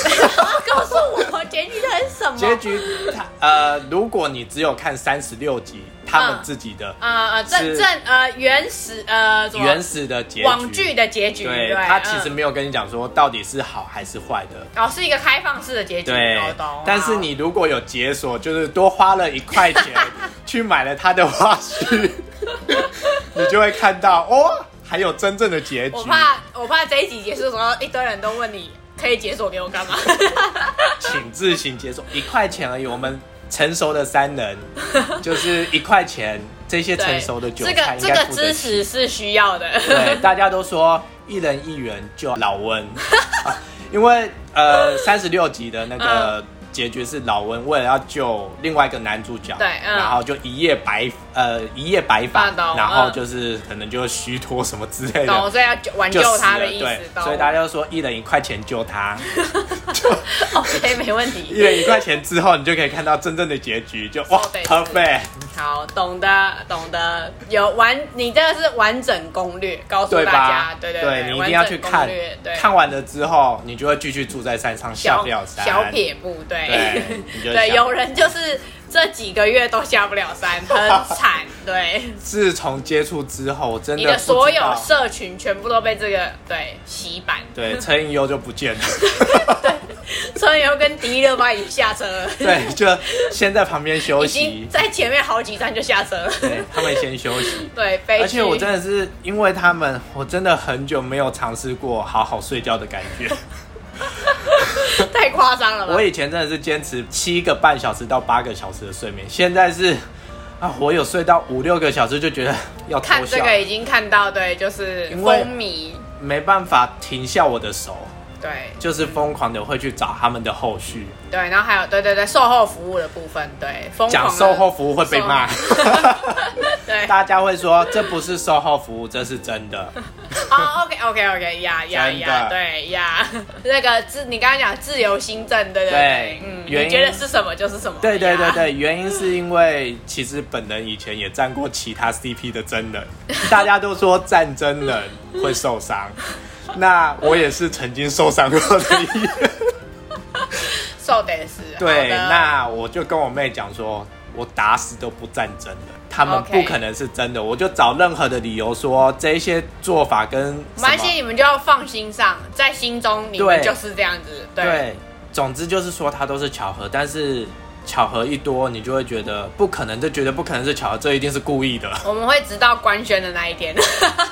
Speaker 2: 告诉我结局到底是什么？
Speaker 1: 结局，它呃，如果你只有看三十六集，他们自己的
Speaker 2: 呃呃正
Speaker 1: 是
Speaker 2: 正呃原始呃什么
Speaker 1: 原始的结局，
Speaker 2: 网剧的结局，
Speaker 1: 对，
Speaker 2: 对
Speaker 1: 他其实
Speaker 2: 嗯
Speaker 1: 没有跟你讲说到底是好还是坏的。
Speaker 2: 哦是一个开放式的结局，
Speaker 1: 对
Speaker 2: 我懂。，
Speaker 1: 但是你如果有解锁，就是多花了一 块钱去买了他的花絮，你就会看到哦，还有真正的结
Speaker 2: 好
Speaker 1: 局
Speaker 2: 我。怕我怕这一集结束的时候，一堆人都问你可以解锁给我干 嘛？
Speaker 1: 请自行解锁，一块钱而已。我们成熟的 三人就是一块钱，这些
Speaker 2: 对，
Speaker 1: 成熟的韭
Speaker 2: 这个
Speaker 1: 菜
Speaker 2: 这
Speaker 1: 应该
Speaker 2: 个
Speaker 1: 付得
Speaker 2: 支
Speaker 1: 起。
Speaker 2: 持是需要的。
Speaker 1: 对，大家都说一人一元救老 温，啊因为呃三十六集的那个结局是老温为了要救另外一个男主角，
Speaker 2: 对嗯
Speaker 1: 然后就一夜白呃一夜白发，
Speaker 2: 啊懂
Speaker 1: 然后
Speaker 2: 嗯
Speaker 1: 就是可能就虚脱什么之 类
Speaker 2: 懂，
Speaker 1: 的。
Speaker 2: 所以要救挽
Speaker 1: 就
Speaker 2: 救
Speaker 1: 死
Speaker 2: 他
Speaker 1: 了，
Speaker 2: 的意思
Speaker 1: 对，，
Speaker 2: 懂
Speaker 1: 所以大家就说一人一块钱救他，
Speaker 2: OK 没问
Speaker 1: 一
Speaker 2: 题，
Speaker 1: 人一块钱之后，你就可以看到真正的结局，就哇
Speaker 2: 说得是
Speaker 1: ，perfect。
Speaker 2: 好，懂的懂的，有完，你这个是完整攻略，告诉
Speaker 1: 对
Speaker 2: 大
Speaker 1: 吧
Speaker 2: 家，？对
Speaker 1: 对
Speaker 2: 对，
Speaker 1: 你一定要
Speaker 2: 完
Speaker 1: 去
Speaker 2: 整攻
Speaker 1: 看
Speaker 2: 略对，
Speaker 1: 看完了之后，你就会继续住在山上下
Speaker 2: 小
Speaker 1: 不了山。
Speaker 2: 小撇步，对
Speaker 1: 对 你就
Speaker 2: 对，
Speaker 1: 想
Speaker 2: 有人就是这几个月都下不了 山，很惨，对，
Speaker 1: 自从接触之后，我真的
Speaker 2: 你的
Speaker 1: 不知道
Speaker 2: 所有社群全部都被这个对洗版，
Speaker 1: 对陈颖优就不见了。
Speaker 2: 所以又跟迪乐把你下车 了，
Speaker 1: 对，就先在旁边休
Speaker 2: 已经
Speaker 1: 息。
Speaker 2: 在前面好几站就下车了，
Speaker 1: 对，他们先休 息。
Speaker 2: 对，悲
Speaker 1: 而
Speaker 2: 剧
Speaker 1: 且我真的是因为他们，我真的很久没有尝试过好好睡觉的感觉。
Speaker 2: 太夸张了吧
Speaker 1: 我？以前真的是坚持七个半小时到八个小时的睡眠，现在是啊，我有睡到五六个小时就觉得要
Speaker 2: 看
Speaker 1: 脱
Speaker 2: 这
Speaker 1: 销，
Speaker 2: 个已经看到，对，就是
Speaker 1: 因为
Speaker 2: 风靡，
Speaker 1: 没办法停下我的手，
Speaker 2: 对
Speaker 1: 就是疯狂的会去找他们的后续。
Speaker 2: 对，然后还有对对对售后服务的部分，对，疯狂
Speaker 1: 讲
Speaker 2: 地
Speaker 1: 售后，服务会被骂。
Speaker 2: 对，
Speaker 1: 大家会说这不是售后服务，这是 真的。
Speaker 2: 哦，OK OK OK，呀呀
Speaker 1: 真的
Speaker 2: 呀，对呀，那个自你刚刚讲自由新政，对对
Speaker 1: 对
Speaker 2: 嗯，
Speaker 1: 原因
Speaker 2: 你觉得是什么就是什么，
Speaker 1: 对对对
Speaker 2: 哎呀，
Speaker 1: 对，原因是因为其实本人以前也站过其他 CP 的真人， 大家都说站真人会 受伤，那我也是曾经受伤过的一员。
Speaker 2: 受得是，好
Speaker 1: 对，
Speaker 2: 的
Speaker 1: 那我就跟我妹讲说，我打死都不站真人，他们
Speaker 2: OK
Speaker 1: 不可能是真的，我就找任何的理由说这一些做法跟
Speaker 2: 没
Speaker 1: 什
Speaker 2: 关
Speaker 1: 么
Speaker 2: 系，你们就要放心上，在心中你们
Speaker 1: 对
Speaker 2: 就是这样子，对，
Speaker 1: 对，总之就是说它都是巧合，但是巧合一多，你就会觉得不可能，就觉得不可能是巧合，这一定是故意的。
Speaker 2: 我们会直到官宣的那一天，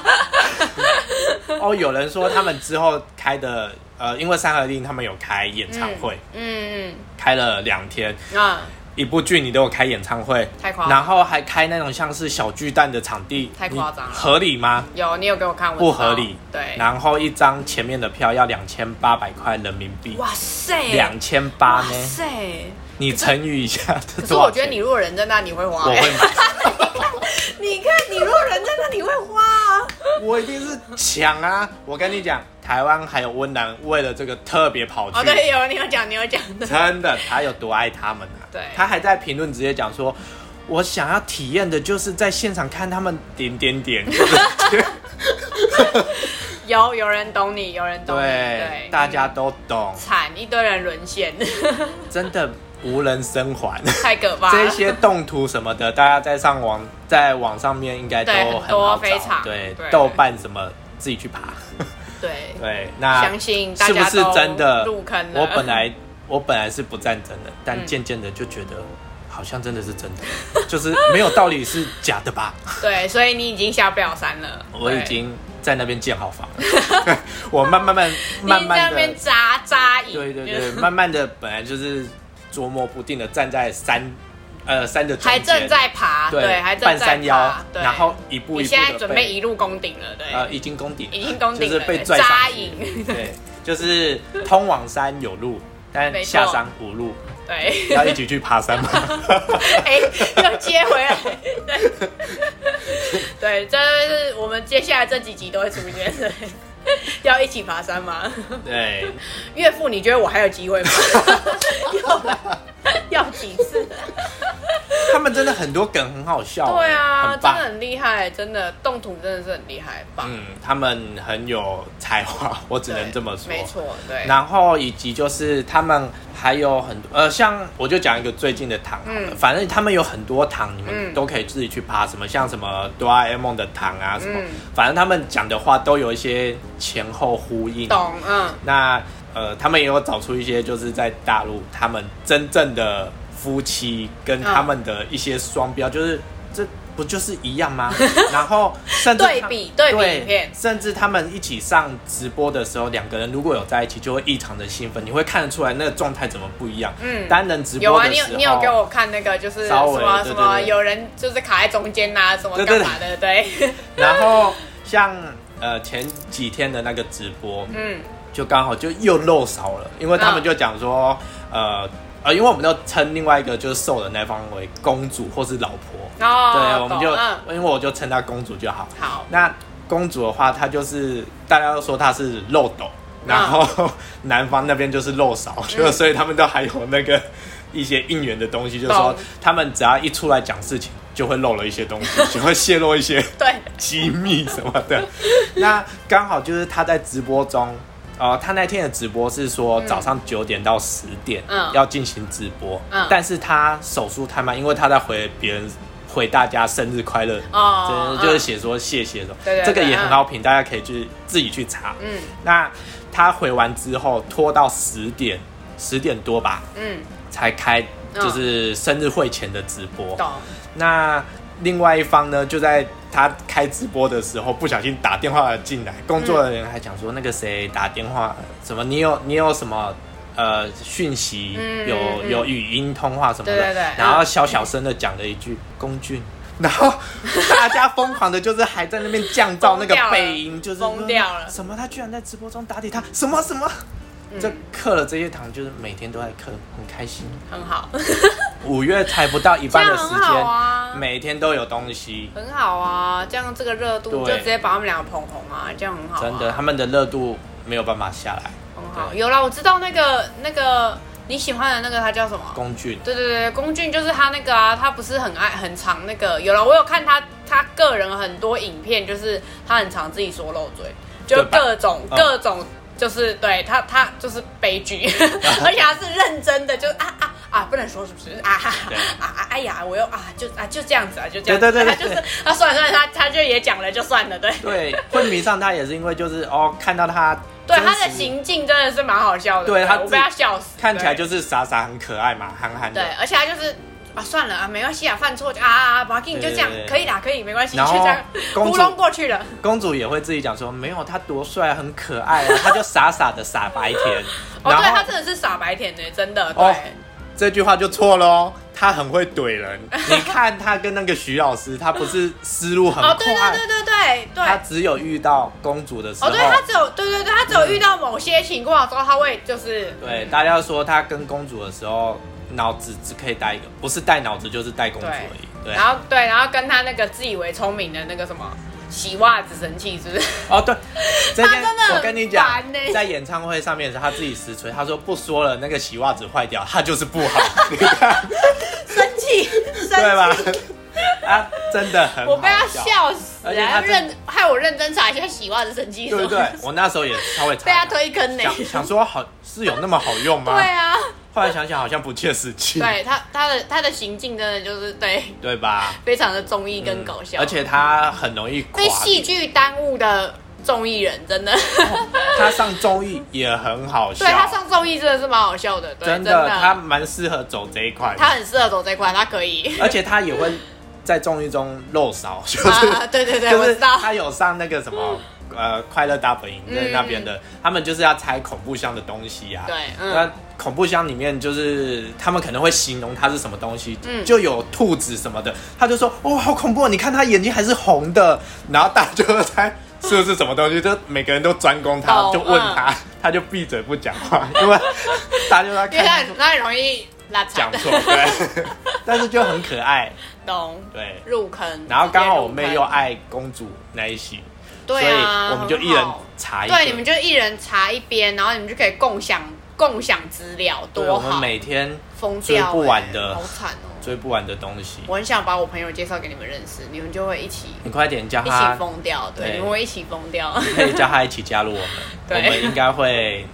Speaker 1: 哦，有人说他们之后开的，呃，因为三合令他们有开演唱会，
Speaker 2: 嗯
Speaker 1: 开了两天，
Speaker 2: 嗯啊，
Speaker 1: 一部剧你都有开演唱会，
Speaker 2: 太夸张
Speaker 1: 然后还开那种像是小巨蛋的场地，
Speaker 2: 太夸张了
Speaker 1: 你合理吗？
Speaker 2: 有你有给我看，我
Speaker 1: 不
Speaker 2: 知道
Speaker 1: 合理。
Speaker 2: 对，
Speaker 1: 然后一张前面的票要两千八百块人民币，
Speaker 2: 哇塞，
Speaker 1: 两千八
Speaker 2: 哇
Speaker 1: 呢？
Speaker 2: 塞！
Speaker 1: 你乘以一下，可
Speaker 2: 可是我觉得你如果人在那，你会花、
Speaker 1: 我会
Speaker 2: 欸。
Speaker 1: 买。
Speaker 2: 你看，你如果人在那，你会花、啊。
Speaker 1: 我一定是抢啊！我跟你讲，台湾还有温岚为了这个特别跑去，
Speaker 2: 哦，对，有你有讲，你有讲的。
Speaker 1: 真的，他有多爱他们啊！
Speaker 2: 对
Speaker 1: 他还在评论直接讲说，我想要体验的就是在现场看他们点 点点，就是
Speaker 2: 有有人懂你，有人懂你，
Speaker 1: 对
Speaker 2: 对，，
Speaker 1: 大家都懂，
Speaker 2: 惨一堆人沦陷，
Speaker 1: 真的无人生还。
Speaker 2: 太可怕
Speaker 1: 这
Speaker 2: 了。
Speaker 1: 些动图什么的，大家在上网，在网上面应该都
Speaker 2: 对很
Speaker 1: 很
Speaker 2: 多
Speaker 1: 好
Speaker 2: 非
Speaker 1: 找，
Speaker 2: 常
Speaker 1: 对
Speaker 2: 对，
Speaker 1: 豆瓣什么自己去爬。
Speaker 2: 对，
Speaker 1: 对，那
Speaker 2: 相信大
Speaker 1: 是不
Speaker 2: 家
Speaker 1: 是
Speaker 2: 都
Speaker 1: 真的
Speaker 2: 入坑了。嗯
Speaker 1: 我本来我本来是不赞成的，但渐渐的就觉得好像真的是真的，就是没有道理是假的吧？
Speaker 2: 对，所以你已经下不了山了。
Speaker 1: 我
Speaker 2: 对
Speaker 1: 已经在那边建好房 了， 我慢慢慢
Speaker 2: 你在
Speaker 1: 慢
Speaker 2: 那
Speaker 1: 慢的
Speaker 2: 边，扎扎营，
Speaker 1: 对对对，，慢慢的本来就是捉摸不定的站在山呃山的中间
Speaker 2: 还正在爬，对，还正
Speaker 1: 半
Speaker 2: 在
Speaker 1: 山腰
Speaker 2: 爬，，对。
Speaker 1: 然后一
Speaker 2: 你
Speaker 1: 步一步
Speaker 2: 现在
Speaker 1: 的
Speaker 2: 准备
Speaker 1: 被
Speaker 2: 一路攻顶了，对，
Speaker 1: 呃已经攻顶了，
Speaker 2: 已经攻顶了，
Speaker 1: 就是被
Speaker 2: 对
Speaker 1: 拽上
Speaker 2: 扎
Speaker 1: 去
Speaker 2: 营。
Speaker 1: 对，就是通往山有路，但
Speaker 2: 没错
Speaker 1: 下山无路，
Speaker 2: 对，
Speaker 1: 要一起去爬山吗？
Speaker 2: 哎、又接回来，对，对，这是我们接下来这几集都会出现的。要一起爬山吗？
Speaker 1: 对，
Speaker 2: 岳父，你觉得我还有机会吗？要要几次？
Speaker 1: 他们真的很多梗很好笑、欸
Speaker 2: 对啊，
Speaker 1: 很
Speaker 2: 真的
Speaker 1: 棒。
Speaker 2: 很厉害，真的动土真的是很厉害，棒。
Speaker 1: 嗯，他们很有才华，我只
Speaker 2: 对
Speaker 1: 能这么说。
Speaker 2: 没错，对，
Speaker 1: 然后以及就是他们还有很多呃，像我就讲一个最近的糖好了，
Speaker 2: 嗯
Speaker 1: 反正他们有很多糖，你们
Speaker 2: 嗯
Speaker 1: 都可以自己去爬，什么像什么哆啦 A 梦的糖啊什么，
Speaker 2: 嗯
Speaker 1: 反正他们讲的话都有一些前后呼应。
Speaker 2: 懂，嗯，
Speaker 1: 那呃，他们也有找出一些就是在大陆他们真正的夫妻跟他们的一些双标，就是这不就是一样 吗？然后甚至他
Speaker 2: 对比对比影片
Speaker 1: 甚至他们一起上直播的时候，两个人如果有在一起，就会异常的兴奋，你会看得出来那个状态怎么不一样。
Speaker 2: 嗯
Speaker 1: 单人直
Speaker 2: 有
Speaker 1: 播
Speaker 2: 啊，
Speaker 1: 的
Speaker 2: 你
Speaker 1: 时
Speaker 2: 有
Speaker 1: 候，
Speaker 2: 你有给我看那个就是什
Speaker 1: 稍微
Speaker 2: 么
Speaker 1: 对
Speaker 2: 什
Speaker 1: 对
Speaker 2: 么，
Speaker 1: 对
Speaker 2: 有人就是卡在中间呐、什么
Speaker 1: 对对
Speaker 2: 干
Speaker 1: 对
Speaker 2: 嘛的，对，
Speaker 1: 然后像呃前几天的那个直播，
Speaker 2: 嗯，
Speaker 1: 就刚好就又漏少了，因为他们
Speaker 2: 嗯
Speaker 1: 就讲说，呃呃，因为我们都称另外一个就是瘦的那方为公主或是老婆，
Speaker 2: 哦，
Speaker 1: 对，我们
Speaker 2: 懂
Speaker 1: 就、
Speaker 2: 嗯，
Speaker 1: 因为我就称她公主就好。
Speaker 2: 好，
Speaker 1: 那公主的话，她就是大家都说她是漏斗，然
Speaker 2: 嗯
Speaker 1: 后、南方那边就是漏勺，就、所以他们都还有那个一些应援的东西，就是说
Speaker 2: 懂
Speaker 1: 他们只要一出来讲事情，就会漏了一些东西，就会泄露一些
Speaker 2: 对，
Speaker 1: 机密什么的。那刚好就是他在直播中，呃，他那天的直播是说早上九点到十点，
Speaker 2: 嗯
Speaker 1: 要进行直播，
Speaker 2: 嗯
Speaker 1: 但是他手速太慢，因为他在回别人。回大家生日快乐，
Speaker 2: 哦
Speaker 1: 就是就是
Speaker 2: 嗯
Speaker 1: 写说谢谢什么，
Speaker 2: 对对对
Speaker 1: 这个也很好评，大家可以去自己去查。
Speaker 2: 嗯
Speaker 1: 那他回完之后，拖到十点十点多吧，
Speaker 2: 嗯，
Speaker 1: 才开
Speaker 2: 嗯
Speaker 1: 就是生日会前的直播。
Speaker 2: 懂，
Speaker 1: 那另外一方呢，就在他开直播的时候，不小心打电话进来，工作人员还讲说那个谁打电话，什么你有你有什么呃讯息，
Speaker 2: 嗯
Speaker 1: 有
Speaker 2: 嗯
Speaker 1: 有语音通话什么的，
Speaker 2: 对对嗯对
Speaker 1: 然后小小声的讲了一句龚俊。然后大家疯狂的，就是还在那边降噪那
Speaker 2: 疯
Speaker 1: 个
Speaker 2: 掉了
Speaker 1: 背音，就是说
Speaker 2: 疯掉了嗯
Speaker 1: 什么？他居然在直播中打底他，什么什么？这刻了这些糖，就是每天都在刻，很开心。
Speaker 2: 很好，
Speaker 1: 五月才不到一
Speaker 2: 这
Speaker 1: 半
Speaker 2: 样
Speaker 1: 的时
Speaker 2: 很
Speaker 1: 间，
Speaker 2: 好啊，
Speaker 1: 每天都有东西，
Speaker 2: 很好啊，这样这个热度
Speaker 1: 对
Speaker 2: 就直接把他们两个捧红啊，这样很好、啊，
Speaker 1: 真的，他们的热度没有办法下来。
Speaker 2: 很好。
Speaker 1: 对
Speaker 2: 有啦，我知道那个那个你喜欢的那个他叫什么？
Speaker 1: 龚俊，
Speaker 2: 对对对，龚俊就是他那个啊，他不是很爱很常那个，有了我有看他他个人很多影片，就是他很常自己说漏嘴，就
Speaker 1: 对吧
Speaker 2: 各种、
Speaker 1: 嗯
Speaker 2: 各种就是对他他就是悲剧， 而且他是认真的，就是啊啊啊不能说是不是啊啊
Speaker 1: 对
Speaker 2: 啊啊哎呀我又啊就啊就这样子啊就这样子，
Speaker 1: 对对对
Speaker 2: 他
Speaker 1: 对
Speaker 2: 就是他算了算了他他就也讲了就算了，对
Speaker 1: 对，会迷上他也是因为就是哦，看到他
Speaker 2: 对
Speaker 1: 真实
Speaker 2: 他的行径真的是蛮好笑的，
Speaker 1: 对他
Speaker 2: 我
Speaker 1: 自
Speaker 2: 被他笑死，
Speaker 1: 看起来
Speaker 2: 对
Speaker 1: 就是傻傻很可爱嘛，憨憨
Speaker 2: 对
Speaker 1: 的，，
Speaker 2: 而且他就是啊，算了啊，没关系啊，犯错就啊啊啊，把 king 就
Speaker 1: 对
Speaker 2: 这样
Speaker 1: 对，对
Speaker 2: 可以啦，可以，没关系，就
Speaker 1: 然后
Speaker 2: 这样
Speaker 1: 公主
Speaker 2: 糊弄过去了。
Speaker 1: 公主也会自己讲说没有他多帅，很可爱 啊，他就傻傻的傻白甜。
Speaker 2: 哦，
Speaker 1: 然
Speaker 2: 对他
Speaker 1: 后
Speaker 2: 真的是傻白甜呢，欸真的，
Speaker 1: 哦
Speaker 2: 对，
Speaker 1: 这句话就错喽，他很会怼 人。你看他跟那个徐老师，他不是思路很
Speaker 2: 哦，对对
Speaker 1: 快，
Speaker 2: 对对对对。
Speaker 1: 他只有遇到公主的时
Speaker 2: 哦，
Speaker 1: 候，
Speaker 2: 对他只有对对对，他只有遇到某些情况的时候，他会就是
Speaker 1: 对，大家说他跟公主的时候，脑子只可以带一个，不是带脑子就是带公主而已。对，
Speaker 2: 然后对，然后跟他那个自以为聪明的那个什么洗袜子神器，是不是？
Speaker 1: 哦对，这件
Speaker 2: 真的很
Speaker 1: 我跟你讲
Speaker 2: 烦欸，
Speaker 1: 在演唱会上面的时候，他自己实锤，他说不说了，那个洗袜子坏掉，他就是不 好，你看
Speaker 2: 神 器，神
Speaker 1: 对
Speaker 2: 器，
Speaker 1: 吧？啊，真的很
Speaker 2: 我被他
Speaker 1: 好
Speaker 2: 笑死
Speaker 1: 而且他
Speaker 2: 了，
Speaker 1: 真
Speaker 2: 认害我认真查一下洗袜子神器，
Speaker 1: 对不对？我那时候也稍微 查
Speaker 2: 被他
Speaker 1: 一下，
Speaker 2: 推坑呢。
Speaker 1: 想想说好是有那么好用吗
Speaker 2: 对？啊。
Speaker 1: 后来想想好像不切实际，
Speaker 2: 对他他的他的行径真的就是对
Speaker 1: 对吧？
Speaker 2: 非常的综艺跟搞笑，
Speaker 1: 嗯而且他很容易垮
Speaker 2: 被戏剧耽误的综艺人真的，
Speaker 1: 他上综艺也很好笑，
Speaker 2: 对他上综艺真的是蛮好笑的，对，
Speaker 1: 真
Speaker 2: 真
Speaker 1: 的，他蛮适合走这一块的，
Speaker 2: 他很适合走这块，他可 以
Speaker 1: 而且他也会在综艺中露勺， 就是、
Speaker 2: 啊，对对对，
Speaker 1: 就
Speaker 2: 我
Speaker 1: 是
Speaker 2: 知道，嗯
Speaker 1: 他有上那个什么。呃，快乐大本营的那边的，他们就是要拆恐怖箱的东西啊。
Speaker 2: 对嗯
Speaker 1: 那恐怖箱里面就是他们可能会形容它是什么东西，
Speaker 2: 嗯
Speaker 1: 就有兔子什么的，他就说：“哦，好恐怖！你看他眼睛还是红的。”然后大家就在是不是什么东西，就每个人都专攻他，
Speaker 2: 懂嗯
Speaker 1: 就问他，他就闭嘴不讲话，因为大家就在
Speaker 2: 因为他
Speaker 1: 看
Speaker 2: 很他很容易拉
Speaker 1: 讲
Speaker 2: 惨，
Speaker 1: 错，对， 但是就很可爱，
Speaker 2: 懂？
Speaker 1: 对。
Speaker 2: 入坑，
Speaker 1: 然后刚好我
Speaker 2: 直
Speaker 1: 妹
Speaker 2: 接
Speaker 1: 又
Speaker 2: 入坑，
Speaker 1: 爱公主那一系，
Speaker 2: 对啊，
Speaker 1: 所以我们就一人
Speaker 2: 很好
Speaker 1: 查一个，
Speaker 2: 对，你们就一人查一边，然后你们就可以共享共享资料，
Speaker 1: 对
Speaker 2: 多
Speaker 1: 我们
Speaker 2: 好，
Speaker 1: 每天
Speaker 2: 疯掉、欸，
Speaker 1: 追不完的
Speaker 2: 好惨哦。
Speaker 1: 追不完的东西，
Speaker 2: 我很想把我朋友介绍给你们认识，你们就会一起
Speaker 1: 你快点叫
Speaker 2: 一起
Speaker 1: 他，
Speaker 2: 疯掉，啊对，
Speaker 1: 对
Speaker 2: 你们会一起疯掉，
Speaker 1: 可以叫他一起加入我们，我
Speaker 2: 对
Speaker 1: 们应该会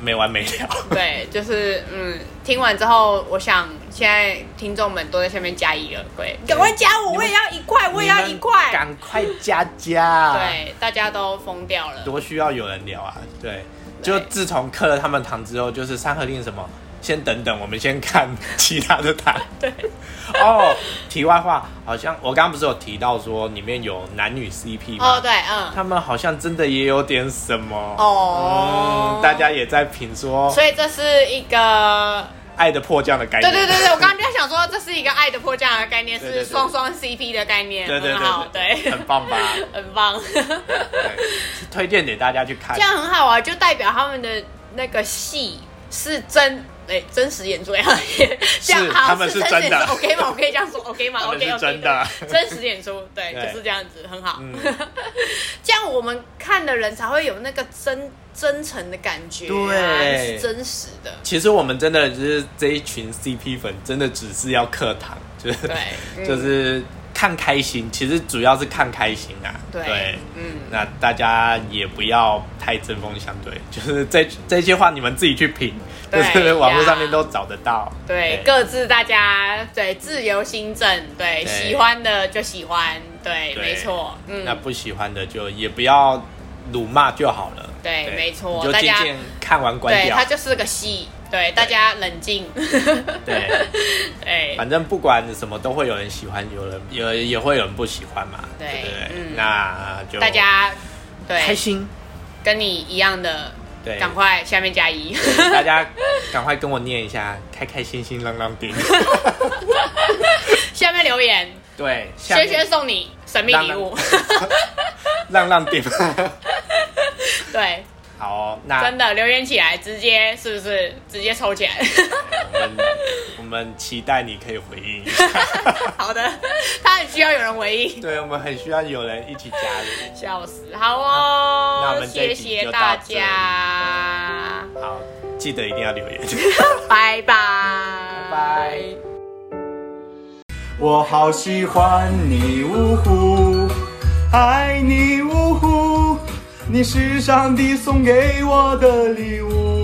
Speaker 1: 没完没了。
Speaker 2: 对，就是嗯，听完之后，我想现在听众们都在下面加一了，对，赶快加我，
Speaker 1: 你们
Speaker 2: 我也要一块，我也要一
Speaker 1: 你们
Speaker 2: 块，啊
Speaker 1: 赶快加加。，
Speaker 2: 对，大家都疯掉了，
Speaker 1: 多需要有人聊啊。对，
Speaker 2: 对
Speaker 1: 就自从刻了他们糖之后，就是三合令什么，先等等，我们先看其他 的糖。对。哦，题外话，好像我刚刚不是有提到说里面有男女 CP 吗？
Speaker 2: 哦，对，嗯，
Speaker 1: 他们好像真的也有点什么。
Speaker 2: 哦
Speaker 1: 嗯，大家也在评说《
Speaker 2: 所以这是一个
Speaker 1: 爱的迫降》的概
Speaker 2: 对
Speaker 1: 念。
Speaker 2: 对对对，我刚刚就在想说，这是一个爱的迫降的概念，
Speaker 1: 对对
Speaker 2: 是
Speaker 1: 对
Speaker 2: 双双 CP 的概念，
Speaker 1: 对对
Speaker 2: 很好，
Speaker 1: 对
Speaker 2: 对，
Speaker 1: 很棒吧？
Speaker 2: 很棒，这
Speaker 1: 对，推荐给大家去看。
Speaker 2: 样很好啊，就代表他们的那个戏是真。哎、真实演出呀， 这样好
Speaker 1: 他们是
Speaker 2: 真实
Speaker 1: 真的
Speaker 2: 演出 OK 吗？我可以这样说 OK 吗
Speaker 1: 他们
Speaker 2: ？OK
Speaker 1: 是
Speaker 2: OK，
Speaker 1: 真的
Speaker 2: 真实演出，对，
Speaker 1: 对
Speaker 2: 就是这样子，很好。
Speaker 1: 嗯
Speaker 2: 这样我们看的人才会有那个真真诚的感觉、啊，
Speaker 1: 对
Speaker 2: 是真实的，
Speaker 1: 其实我们真的就是这一群 CP 粉，真的只是要课堂，就是
Speaker 2: 对，嗯
Speaker 1: 就是看开心，其实主要是看开心啊。
Speaker 2: 对嗯，
Speaker 1: 那大家也不要太针锋相对，就是这这些话你们自己去品，就
Speaker 2: 对
Speaker 1: 是网络上面
Speaker 2: 呀
Speaker 1: 都找得到。
Speaker 2: 对，各自大家对自由新政，对
Speaker 1: 对
Speaker 2: 喜欢的就喜欢，对，
Speaker 1: 对
Speaker 2: 没错，嗯，
Speaker 1: 那不喜欢的就也不要辱骂就好了。
Speaker 2: 对没错
Speaker 1: 你就
Speaker 2: 大
Speaker 1: 渐
Speaker 2: 家
Speaker 1: 渐看完关
Speaker 2: 对，
Speaker 1: 掉
Speaker 2: 它。就是个戏，对，大家冷静，
Speaker 1: 对，
Speaker 2: 对，
Speaker 1: 反正不管什么都会有人喜欢，有人有也会有人不喜欢嘛，
Speaker 2: 对
Speaker 1: 对不对？
Speaker 2: 嗯
Speaker 1: 那就
Speaker 2: 大家
Speaker 1: 开
Speaker 2: 对
Speaker 1: 心，
Speaker 2: 跟你一样的，
Speaker 1: 对，
Speaker 2: 赶快下面加一，
Speaker 1: 大家赶快跟我念一下，开开心心浪浪丁。
Speaker 2: 下面留言，
Speaker 1: 对，下
Speaker 2: 轩
Speaker 1: 面
Speaker 2: 轩送你神秘礼物，
Speaker 1: 浪浪丁。
Speaker 2: 对，
Speaker 1: 好哦、那
Speaker 2: 真的留言起来，直接是不是直接抽起来？
Speaker 1: 我们我们期待你可以回应一下，
Speaker 2: 好的，他很需要有人回应。
Speaker 1: 对我们很需要有人一起加入。
Speaker 2: 笑死，好哦，
Speaker 1: 那我们这
Speaker 2: 谢
Speaker 1: 一集
Speaker 2: 谢
Speaker 1: 就
Speaker 2: 大
Speaker 1: 到这里
Speaker 2: 家，
Speaker 1: 好，记得一定要留言。
Speaker 2: 拜拜，
Speaker 1: 拜。
Speaker 3: 我好喜欢你，呜呼，爱你，呜呼，你是上帝送给我的礼物。